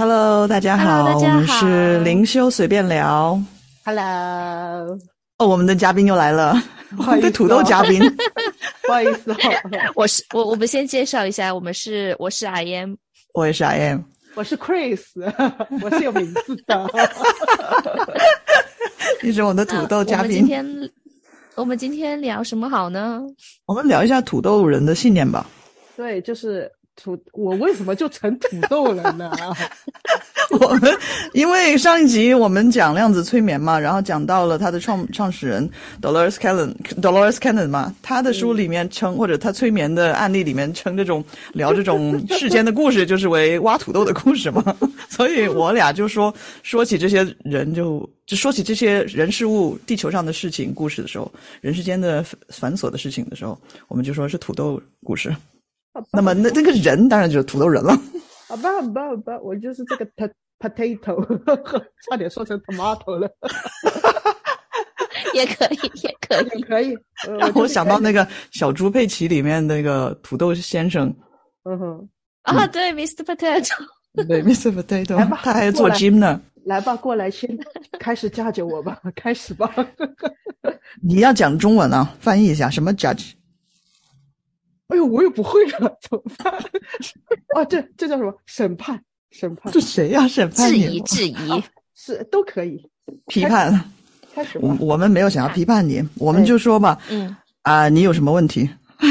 Hello，大家好 Hello，大我家们好是灵修随便聊。 Hello，哦，我们的嘉宾又来了， 不我好们意思的哦土豆嘉宾。不好意思 哦，我是我，我们先介绍一下，我们是我是 I M，我也是 I am，我是 Chris，我 是有名字 的。你是我们的土豆哦嘉啊我们今宾。天我们今天聊什么好呢？我们聊一下土豆人的信念吧。对，就是土，我为什么就成土豆了呢？ 我们因为上一集我们讲量子催眠嘛，然后讲到了他的创创始人 Dolores Cannon Dolores Cannon 嘛，他的书里面称、或者他催眠的案例里面称这种聊这种世间的故事，就是为挖土豆的故事嘛。 所以我俩就说说起这些人就就说起这些人事物、地球上的事情、故事的时候，人世间的繁琐的事情的时候，我们就说是土豆故事。那么那那个人当然就是土豆人了。 好吧，好吧，好吧，我就是这个 pot potato，差 点说成 tomato 了，也可以，也可也以。可以。 呃让我想到，就是那个小猪佩奇里面那个土豆先生，可以嗯哼，啊，对，Mr. Potato， 对，Mr. Potato，来吧他还过做来 gym 呢。来吧，过来先开始架着我 吧，开始吧。你要讲中文啊，翻译一下什么 judge？哎呦，我也不会了， 怎么办？哦，这这叫什么？审判，审判这谁呀、审判质疑你，质疑，是都可以，批判？开始吧我。我们没有想要批判你，我们就说吧，嗯，啊、你有什么问题？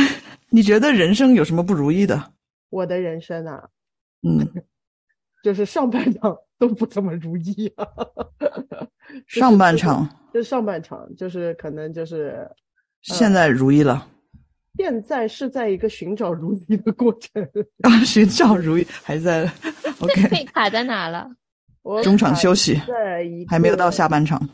你觉得人生有什么不如意的？我的人生啊， 嗯，就是上半场 都不怎么如意啊。就是上半场就是上半场，就是可能就是现在如意了，现在是在一个寻找如意的过程。 啊，寻找如意还在 ，OK， 被卡在哪了？我中场卡休息在一还没有到个下半场。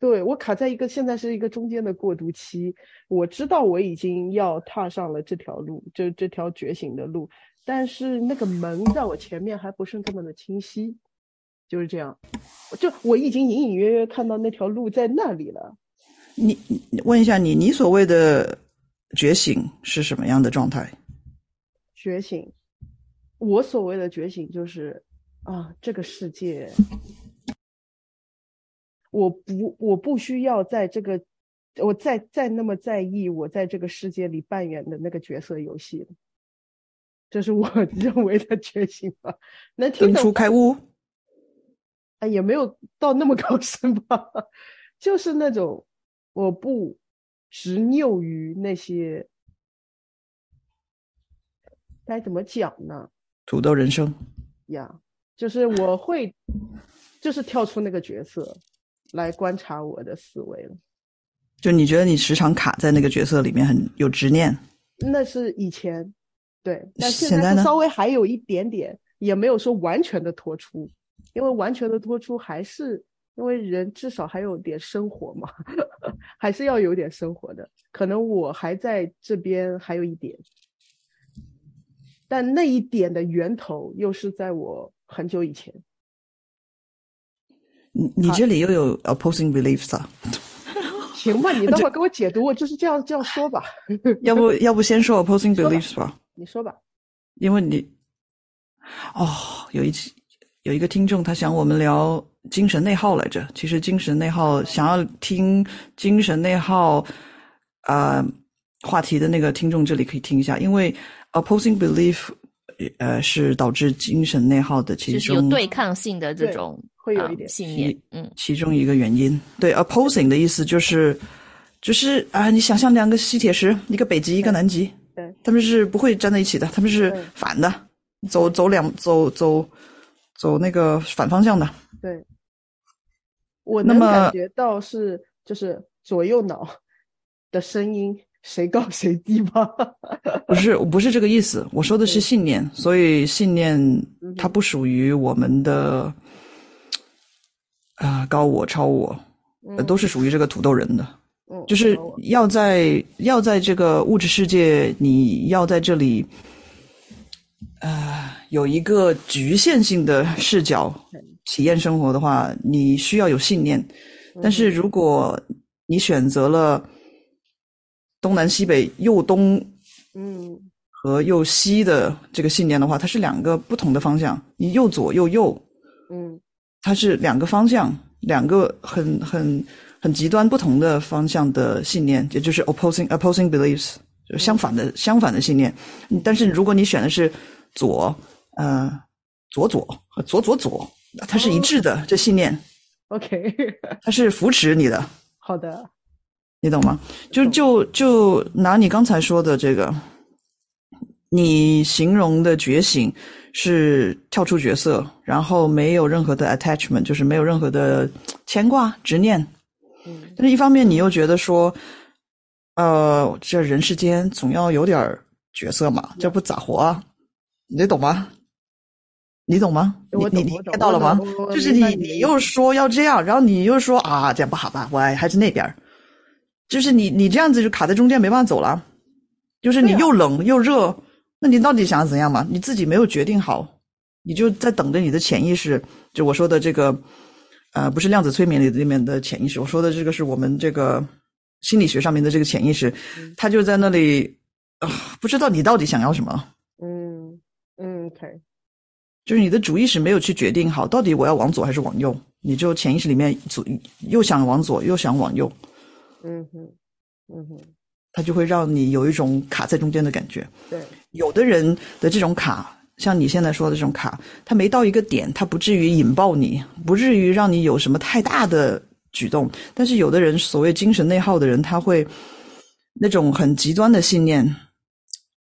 对，我卡在一个现在是一个中间的过渡期，我知道我已经要踏上了这条路，就这条觉醒的路，但是那个门在我前面还不是那么的清晰，就是这样，就我已经隐隐约约看到那条路在那里了。你你问一下你，你所谓的觉醒是什么样的状态？觉醒，我所谓的觉醒就是啊，这个世界，我不，我不需要在这个，我再再那么在意我在这个世界里扮演的那个角色游戏了这是我 认为的觉醒吧，能听登懂出开悟。啊，也没有到那么高深吧， 就是那种我不执拗于那些，该怎么讲呢？土豆人生，呀就是我会，就是跳出那个角色来观察我的思维了。就你觉得你时常卡在那个角色里面，很有执念。那是以前，对，但现现在是呢稍微还有一点点，也没有说完全的脱出，因为完全的脱出还是因为人至少还有点生活嘛， 还是要有点生活的。可能我还在这边还有一点，但那一点的源头又是在我很久以前。你你这里又有 opposing beliefs 啊？行吧，你待会儿给我解读，我就是这样这样说吧，要不要不先说 opposing 说吧 beliefs 吧？你说吧。因为你，哦，有一期有一个听众他想我们聊精神内耗来着，其实精神内耗想要听精神内耗，呃，话题的那个听众这里可以听一下，因为 opposing belief，呃，是导致精神内耗的其就是有中对抗性的这种会有一嗯点信念，嗯，其中一个原因。对，opposing 的意思就是，就是啊，你想象两个吸铁石，一个北极，一个南极，对他们是不会粘在一起的，他们是对反的，走走两走走走那个反方向的。对，我那能感么觉到是就是左右脑的声音，谁高谁低 吧。不是，我不是这个意思，我说的是信念，所以信念嗯它不属于我们的啊、高我、超我，呃嗯都是属于这个土豆人的。嗯，就是懂我要在要在这个物质世界，你要在这里，呃，有一个局限性的视角体验生活的话，你需要有信念。但是如果你选择了东南西北右东嗯，和右西的这个信念的话，它是两个不同的方向。你右左右右，嗯它是两个方向，两个很很很极端不同的方向的信念，也就是 opposing opposing beliefs，就相反的相反的信念。嗯但是如果你选的是左，呃，左左和左左左，它是一致的，这信念，OK， 它是扶持你的，好的，你懂吗？就嗯懂就就拿你刚才说的这个，你形容的觉醒是跳出角色，然后没有任何的 attachment，就是没有任何的牵挂、执念。嗯但是一方面你又觉得说，呃，这人世间总要有点儿角色嘛，这不咋活啊？你懂吗？你懂吗？我你懂你你我懂看到了吗我懂我？就是明白你你的你意思又说要这样，然后你又说啊这样不好吧，我还是那边儿，就是你你这样子就卡在中间没办法走了，就是你对啊又冷又热，那你到底想怎样嘛？你自己没有决定好，你就在等着你的潜意识，就我说的这个，呃，不是量子催眠里里面的潜意识，我说的这个是我们这个心理学上面的这个潜意识，嗯他就在那里，啊、不知道你到底想要什么，嗯嗯，OK，就是你的主意识没有去决定好，到底我要往左还是往右，你就潜意识里面左又想往左又想往右，嗯哼，嗯哼，它就会让你有一种卡在中间的感觉。对，有的人的这种卡，像你现在说的这种卡，它没到一个点，它不至于引爆你，不至于让你有什么太大的举动。但是有的人，所谓精神内耗的人，他会那种很极端的信念，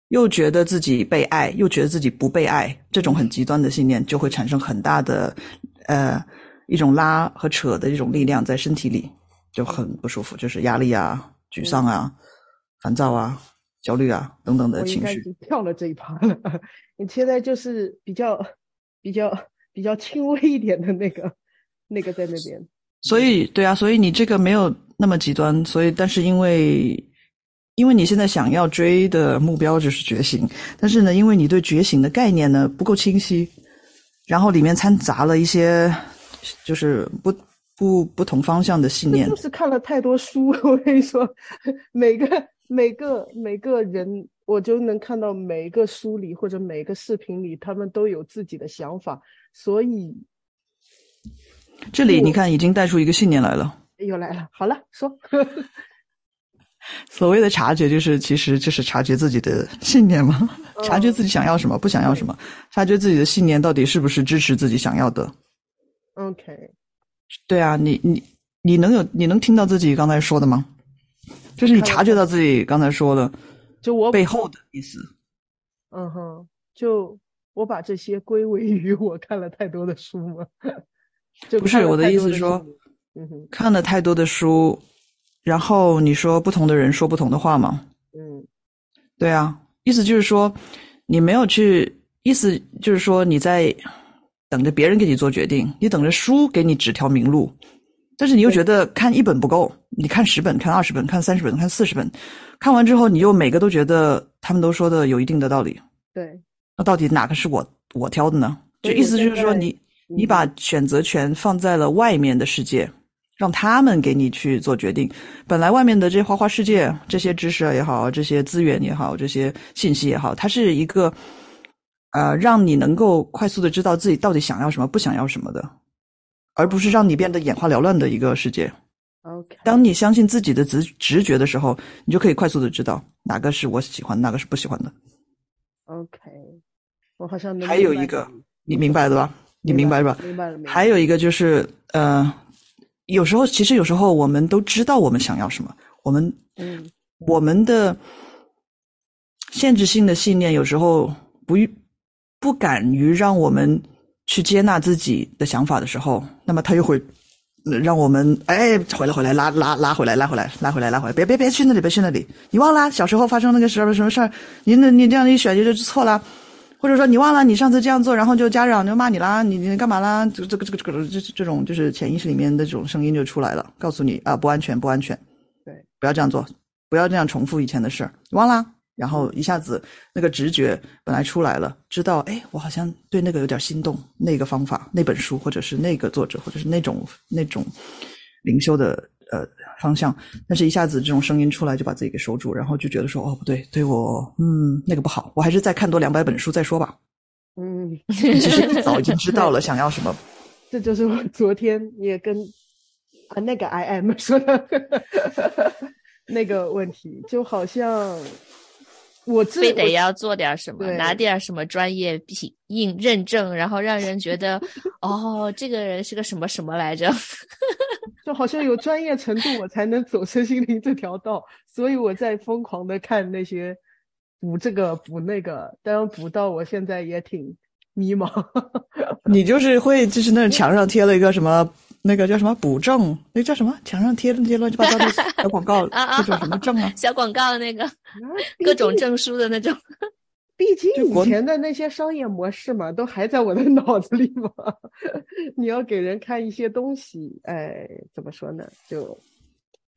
又觉得自己被爱，又觉得自己不被爱，这种很极端的信念就会产生很大的呃一种拉和扯的一种力量在身体里，就很不舒服，就是压力啊、沮丧啊、烦躁啊。焦虑啊，等等的我应情该绪已，经跳了这一趴了。 你现在就是比较、比较、比较轻微一点的那个、那个在那边。所以，对啊，所以你这个没有那么极端，所以但是因为，因为你现在想要追的目标就是觉醒，但是呢，因为你对觉醒的概念呢不够清晰，然后里面掺杂了一些就是不不不同方向的信这念 就，是看了太多书， 我跟你说，每个每个每个人，我就能看到每一个书里或者每个视频里，他们都有自己的想法，所以这里你看已经带出一个信念来了。又来了。好了，说， 所谓的察觉，就是其实就是察觉自己的信念嘛，嗯察觉自己想要什么，不想要什么，察觉自己的信念到底是不是支持自己想要的。 OK，对啊，你你你能有你能听到自己刚才说的吗？就是你察觉到自己刚才说的就我背后的意思。嗯哼，就我把这些归为于我看了太多的书嘛， 就不是看了我的太意多思的说书，嗯哼，看了太多的书，然后你说不同的人说不同的话嘛？嗯对啊，意思就是说你没有去，意思就是说你在等着别人给你做决定，你等着书给你指条明路，但是你又觉得看一本不够，你看十本、看二十本、看三十本、看四十本，看完之后你又每个都觉得他们都说的有一定的道理。对，那到底哪个是我我挑的呢？就所以意思我就是现说在你，你把选择权放在了外面的世界，让他们给你去做决定。本来外面的这花花世界，这些知识啊也好，这些资源也好，这些信息也好，它是一个呃，让你能够快速的知道自己到底想要什么，不想要什么的，而不是让你变得眼花缭乱的一个世界。 OK，当你相信自己的直直觉的时候，你就可以快速的知道哪个是我喜欢，哪个是不喜欢的。 OK，我好像能还明有白一个你，你明白了吧？你明白吧？明白了，明白了还有一个就是，呃，有时候其实有时候我们都知道我们想要什么，我们嗯我们的限制性的信念有时候不于不敢于让我们去接纳自己的想法的时候，那么他又会呃让我们哎回来回来拉拉拉回来拉回来拉回来拉回来，别别别去那里别去那里，你忘了小时候发生那个什么什么事儿，你那你这样一选就就错了。或者说你忘了你上次这样做，然后就家长就骂你啦，你你干嘛啦？这这个这个这个这这种就是潜意识里面的这种声音就出来了，告诉你啊不安全不安全，对，不要这样做，不要这样重复以前的事儿，忘啦。然后一下子那个直觉本来出来了，知道哎，我好像对那个有点心动，那个方法、那本书，或者是那个作者，或者是那种那种灵修的呃方向，但是一下子这种声音出来就把自己给收住，然后就觉得说哦不对，对我嗯那个不好，我还是再看多两百本书再说吧。嗯，其实早已经知道了想要什么，这就是我昨天也跟啊那个 I M 说的 那个问题，就好像我这非得我要做点什么，对拿点什么专业品印认证，然后让人觉得哦，这个人是个什么什么来着？ 就好像有专业程度，我才能走身心灵这条道，所以我在疯狂的看那些补这个补那个，当然补到我现在也挺迷茫。啊你就是会就是那墙上贴了一个什么。那个叫什么补证？那叫什么？墙上贴的那些乱七八 糟的小广告，啊啊这种什么证啊？小广告那个啊各种，毕竟证书的那种，毕竟就国以前的那些商业模式嘛，都还在我的 脑子里嘛。你要给人看一些东西，哎，怎么说呢？就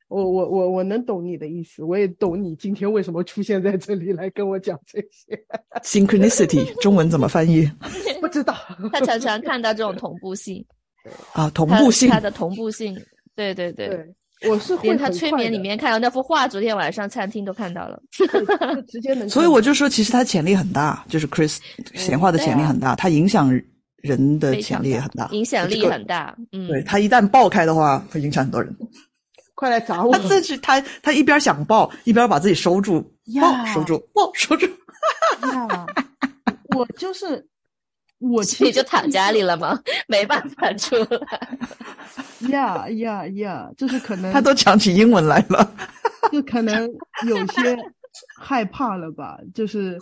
我我我我能懂你的意思，我也懂你今天为什么出现在这里来跟我讲这些， synchronicity 中文怎么翻译不知道。他常常看到这种同步性，啊？同他步性他的同步性，对对对。对，我是会连他很催快眠的里面看到那幅画，昨天晚上餐厅都看到了。对就直接能看到。所以我就说，其实他潜力很大，就是 Chris 闲话的潜力很大，他影响人的嗯啊非潜常力也大很大，影响这力个很大。嗯，对他一旦爆开的话，会影响很多人。快来砸我他！自己他他一边想爆，一边把自己收住，爆呀收住，爆收住。呀我就是我其实，所以就躺家里了嘛， 没办法出来。呀呀呀，就是可能他都讲起英文来了。嗯就可能有些害怕了吧，就是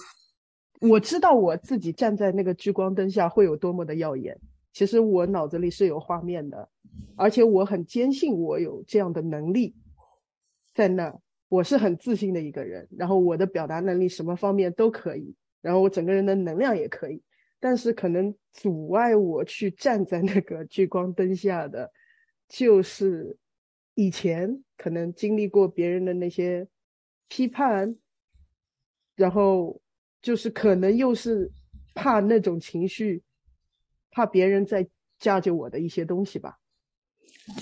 我知道我自己站在那个聚光灯下会有多么的耀眼，其实我脑子里是有画面的，而且我很坚信我有这样的能力，在那儿我是很自信的一个人，然后我的表达能力什么方面都可以，然后我整个人的能量也可以，但是可能阻碍我去站在那个聚光灯下的，就是以前可能经历过别人的那些批判，然后就是可能又是怕那种情绪，怕别人在架着我的一些东西吧。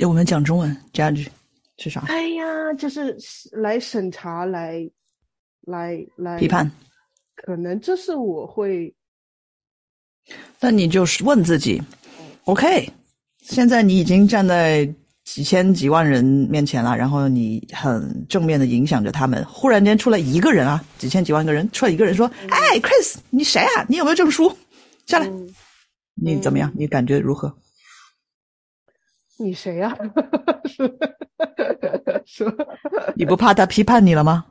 我们讲中文，judge 是啥？哎呀，就是来审查，来来来批判。可能这是我会但你就是问自己，OK，现在你已经站在几千几万人面前了，然后你很正面的影响着他们。忽然间出来一个人啊，几千几万个人出来一个人说：“哎，Chris，你谁啊？你有没有证书？下来，嗯你怎么样？你感觉如 何你谁啊 呀、是吧？？”你不怕他批判你了吗？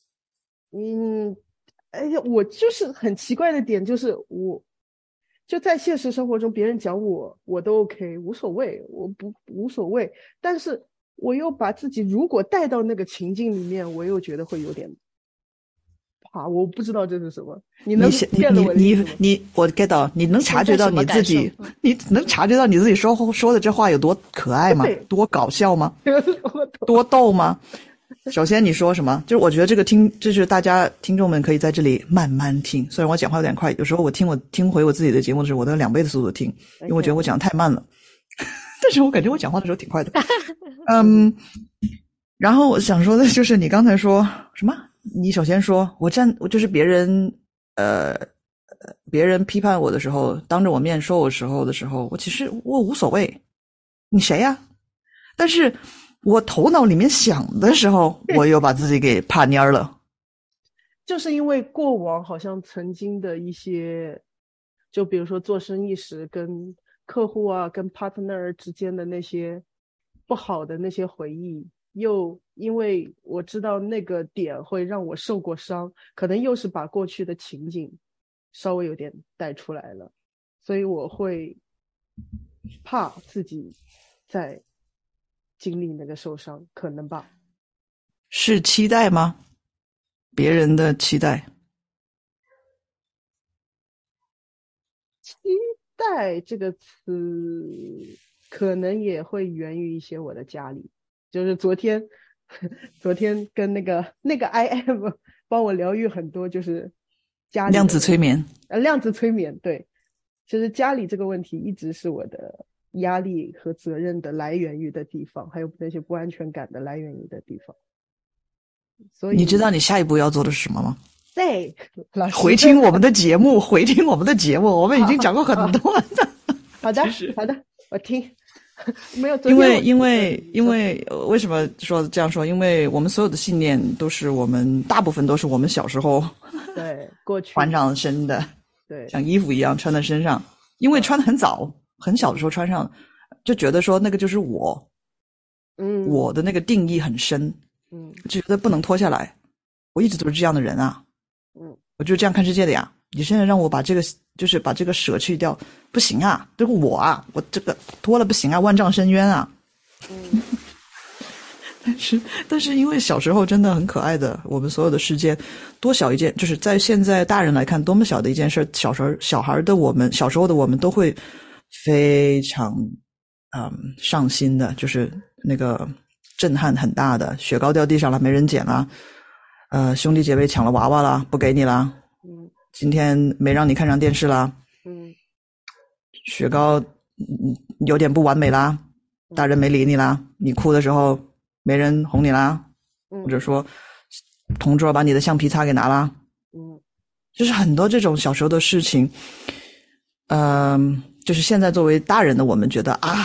嗯，哎呀，我就是很奇怪的点，就是我就在现实生活中，别人讲我我都 OK，无所谓，我不无所谓。但是我又把自己如果带到那个情境里面，我又觉得会有点怕，我不知道这是什么。你能想你骗了我的你意思你吗？ 你，我 get 到，你能察觉到你自 己现在什么感，你能察觉到你自己说说的这话有多可爱吗对？多搞笑吗？我 懂多逗吗？首先你说什么？就是我觉得这个听，就是大家听众们可以在这里慢慢听。虽然我讲话有点快，有时候我听我听回我自己的节目的时候，我都有两倍的速度听，因为我觉得我讲得太慢 了。但是我感觉我讲话的时候挺快的。嗯，然后我想说的就是你刚才说什么？你首先说我站，我就是别人呃，别人批判我的时候，当着我面说我时候的时候，我其实我无所谓，你谁呀、但是我头脑里面想的时候，我又把自己 给怕蔫儿了。就是因为过往好像曾经的一些，就比如说做生意时跟客户啊、跟 partner 之间的那些不好的那些回忆，又因为我知道那个点会让我受过伤，可能又是把过去的情景稍微有点带出来了，所以我会怕自己在经历那个受伤，可能吧。是期待吗？别人的期待，期待这个词，可能也会源于一些我的家里，就是昨天， 昨天跟那个那个 I M 帮我疗愈很多，就是家里量子的催眠。呃量子催眠，对，其实家里这个问题一直是我的压力和责任的来源于的地方，还有那些不安全感的来源于的地方。所以你知道你下一步要做的是什么吗？对老师回听我啊们的节目， 回听我们的节目，我们已经讲过很多了。好的其实好的，我听 没有 昨因天为我因为因为呃为什么说这样说？因为我们所有的信念都是我们大部分都是我们小时候对过去穿上身的，对像衣服一样穿在身上，因为穿的很早，很小的时候穿上，就觉得说那个就是我，嗯我的那个定义很深，嗯就觉得不能脱下来。我一直都是这样的人啊，嗯，我就这样看世界的呀。你现在让我把这个，就是把这个舍去掉，不行啊，这个我啊，我这个脱了不行啊，万丈深渊啊。嗯但是，但是因为小时候真的很可爱的，我们所有的世界，多小一件，就是在现在大人来看，多么小的一件事儿，小时候小孩的我们，小时候的我们都会非常嗯上心的，就是那个震撼很大的，雪糕掉地上了，没人捡啦，呃，兄弟姐妹抢了娃娃啦，不给你啦，嗯今天没让你看上电视啦，嗯雪糕嗯有点不完美啦，大人没理你啦，你哭的时候没人哄你啦，嗯或者说同桌把你的橡皮擦给拿啦，嗯就是很多这种小时候的事情，嗯、就是现在作为大人的我们觉得啊，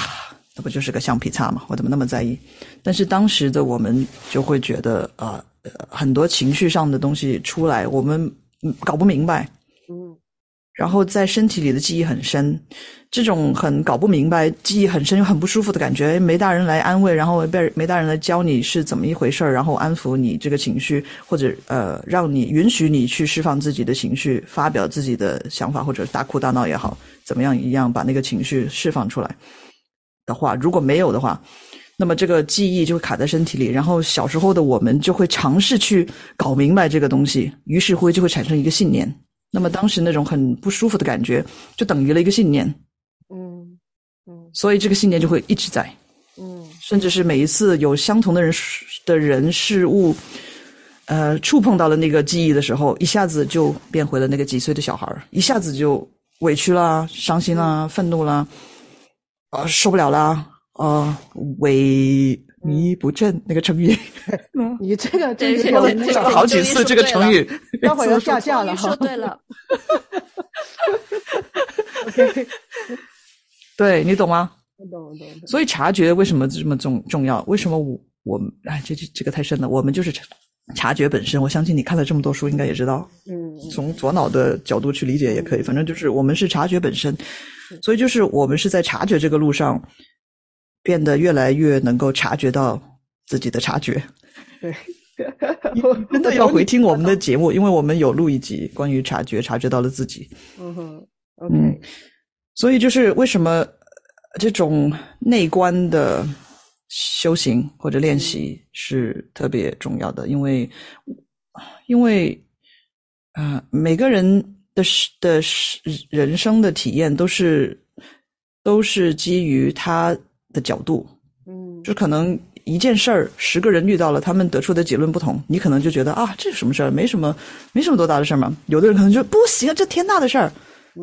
那不就是个橡皮擦嘛，我怎么那么在意？但是当时的我们就会觉得啊、呃，很多情绪上的东西出来，我们嗯搞不明白，嗯然后在身体里的记忆很深，这种很搞不明白、记忆很深又很不舒服的感觉，没大人来安慰，然后被没大人来教你是怎么一回事儿，然后安抚你这个情绪，或者呃，让你允许你去释放自己的情绪，发表自己的想法，或者大哭大闹也好，怎么样一样把那个情绪释放出来的话，如果没有的话，那么这个记忆就会卡在身体里，然后小时候的我们就会尝试去搞明白这个东西，于是乎就会产生一个信念。那么当时那种很不舒服的感觉，就等于了一个信念，嗯嗯所以这个信念就会一直在，嗯甚至是每一次有相同的人的人事物，呃，触碰到了那个记忆的时候，一下子就变回了那个几岁的小孩儿，一下子就委屈啦、伤心啦、愤怒啦，啊、受不了啦，呃，萎靡不振那个成语，你嗯这个对真是说对有了对误对说导了 好几次这个成语，待会儿说要下架了说哈。对了， OK，对你懂吗？我懂我懂。我懂所以察觉为什么这么重重要？为什么我我们哎，这这这个太深了。我们就是察察觉本身。我相信你看了这么多书，应该也知道，嗯嗯从左脑的角度去理解也可以。反正就是我们是察觉本身，所以就是我们是在察觉这个路上，变得越来越能够察觉到自己的察觉。对，真的要回听我们的节目，因为我们有录一集关于察觉，察觉到了自己。嗯哼嗯，OK，，所以就是为什么呃这种内观的修行或者练习是特别重要的，因为因为啊、呃每个人的是的是人生的体验都是都是基于他的角度，嗯就可能一件事儿，十个人遇到了，他们得出的结论不同，你可能就觉得啊，这是什么事儿，没什么，没什么多大的事儿嘛。有的人可能就不行，这天大的事儿。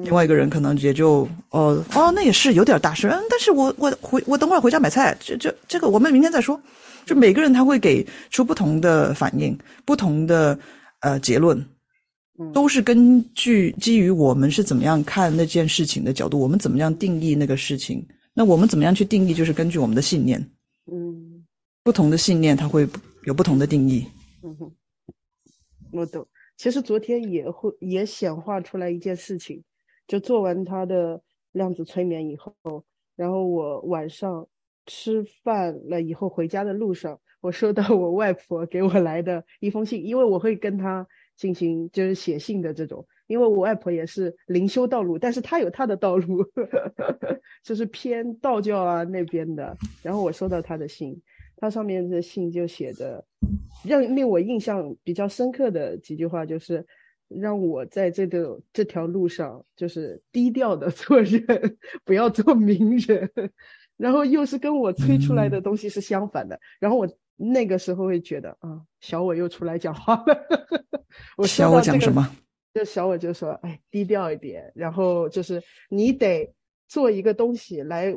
另外一个人可能也就哦哦，那也是有点大事，嗯，但是我我回我等会儿回家买菜，这这这个我们明天再说。就每个人他会给出不同的反应，不同的呃结论，都是根据基于我们是怎么样看那件事情的角度，我们怎么样定义那个事情，那我们怎么样去定义，就是根据我们的信念。嗯不同的信念，它会有不同的定义。嗯哼，我懂。其实昨天也会也显化出来一件事情，就做完他的量子催眠以后，然后我晚上吃饭了以后回家的路上，我收到我外婆给我来的一封信，因为我会跟她进行就是写信的这种，因为我外婆也是灵修道路，但是她有她的道路， 就是偏道教啊那边的。然后我收到她的信，她上面的信就写着，让令我印象比较深刻的几句话就是。让我在这个这条路上，就是低调的 做人，不要做名人。然后又是跟我催出嗯来的东西是相反的，然后我那个时候会觉得啊、小我又出来讲话了。 我收小到我这讲个什么？就小我就说，哎，低调一点，然后就是你得做一个东西来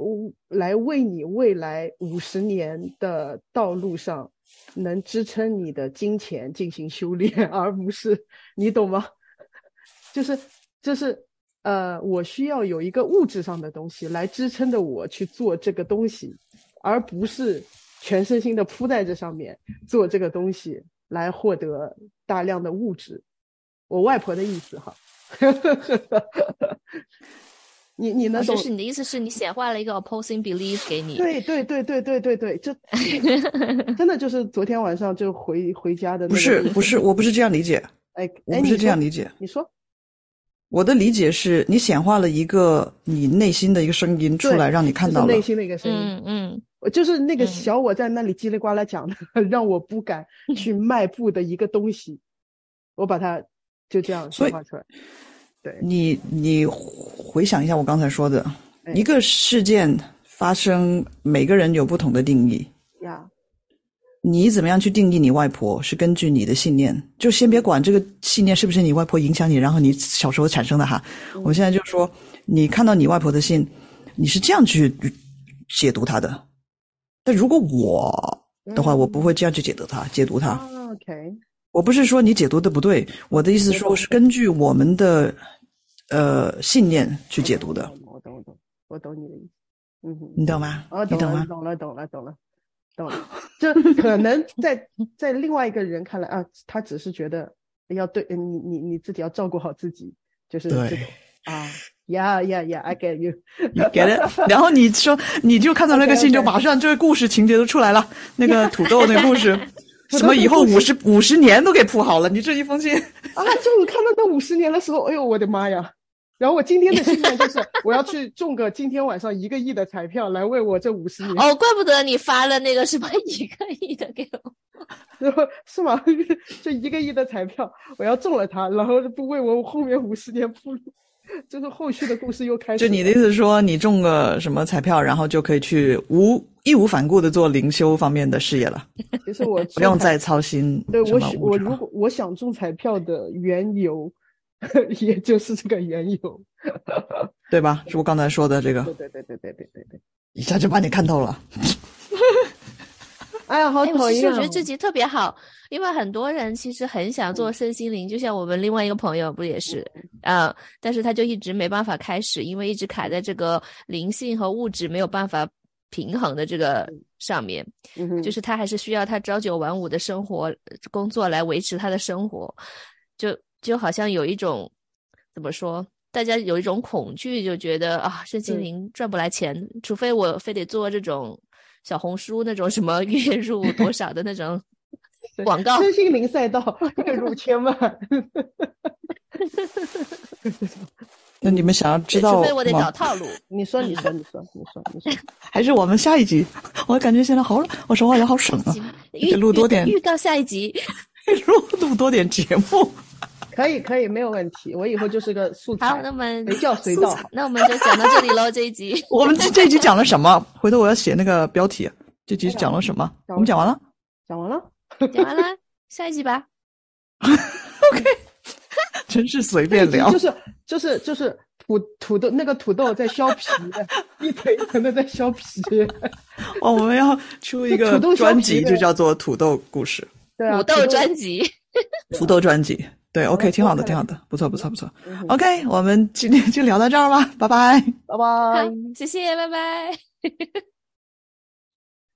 来为你未来五十年的道路上能支撑你的金钱进行修炼， 而不是你懂吗？就是就是呃，我需要有一个物质上的东西来支撑着我去做这个东西，而不是全身心的扑在这上面做这个东西来获得大量的物质。我外婆的意思哈。 你你能哦懂？就是你的意思是你显化了一个 opposing belief 给你，对对对对对对对， 这真的就是昨天晚上就回回家的那不是个不是，我不是这样理解，哎我哎，不你是这说样理解。你说我的理解是你显化了一个你内心的一个声音出对来，让你看就是到了内。心的一个声音，嗯嗯，我就是那个嗯小我在那里叽里呱啦讲的， 让我不敢 去迈步的一个东西，我把它就这样所显以化出来。对，你你回想一下我刚才说的，哎一个事件发生，每个人有不同的定义。呀，你怎么样去定义你外婆，是根据你的信念。就先别管这个信念是不是你外婆影响你，然后你小时候产生的哈。嗯我们现在就说，你看到你外婆的信，你是这样去解读她的。但如果我的话，嗯我不会这样去解读它，解读它。啊 OK，我不是说你解读的不对，我的意思是说，我是根据我们的呃信念去解读的我，懂，我懂，我懂，我懂你的意思。嗯哼。你懂吗？哦，你懂懂了，吗？懂了，懂了，懂了，懂了。这可能在在另外一个人看来啊，他只是觉得要对你你你自己要照顾好自己，就是这对种啊，Yeah Yeah Yeah，I get you。，你给了，然后你说你就看到那个信，就马上这个故事情节都出来了，那个土豆那个故事 土豆什么以后那个故五十五十年都给铺好了，你这一封信，啊，就我看到那五十年的时候，哎呦我的妈呀！然后我今天的心愿就是我要去中个今天晚上一个亿的彩票，来为我这五十年。哦，怪不得你发了那个什么 一个亿的给我， 然后是吗？这一个亿的彩票，我要中了它，然后不为我后面五十年铺路，就是后续的故事又开始就了。你的意思是说你中个什么彩票，然后就可以去无义无反顾的做灵修方面的事业了，其实我不用中彩再操心对什我么喜物我质如了。果我想中彩票的缘由，也就是这个缘由。对吧？是我刚才说的这个对，对对对对对对对。一下就把你看透了。嗯哎呀，好哎，讨我其实厌、我觉得这集特别好，因为很多人其实很想嗯做身心灵，就像我们另外一个朋友不也是啊、呃但是他就一直没办法开始，因为一直卡在这个灵性和物质没有办法平衡的这个上面，嗯就是他还是需要他朝九晚五的生活呃工作来维持他的生活，就就好像有一种怎么说？大家有一种恐惧，就觉得啊，身心对灵赚不来钱，除非我非得做这种小红书那种什么 月入多少的那种对广告，身心灵赛道 月入千万，那你们想要知道除非我得吗 找套路。你说你说你说你说你说，还是我们下一集？我感觉现在好，我说话也好省啊， 预录多点预预告下 一集，录录多点节目。可以可以没有问题，我以后就是个素好，材那，么随叫随到。那我们就讲到这里喽，这 一集。我们这这一集讲了什么？回头我要写那个标题。这集讲了什么？我们讲完了。讲完了，讲完了，下一集吧。真是随便聊就，是就是就是土土豆那个土豆在削皮， 一层一层的在削 皮， 哦，我们要出一 土个豆专削辑，皮的就叫做《土豆故事对土啊，豆专辑，》， 土豆专辑。对，OK，挺好哦的，多看挺好看的，不错，不错，不错。嗯哼 OK，我们今天就聊到这儿吧，拜拜。拜好拜。，谢谢，拜拜。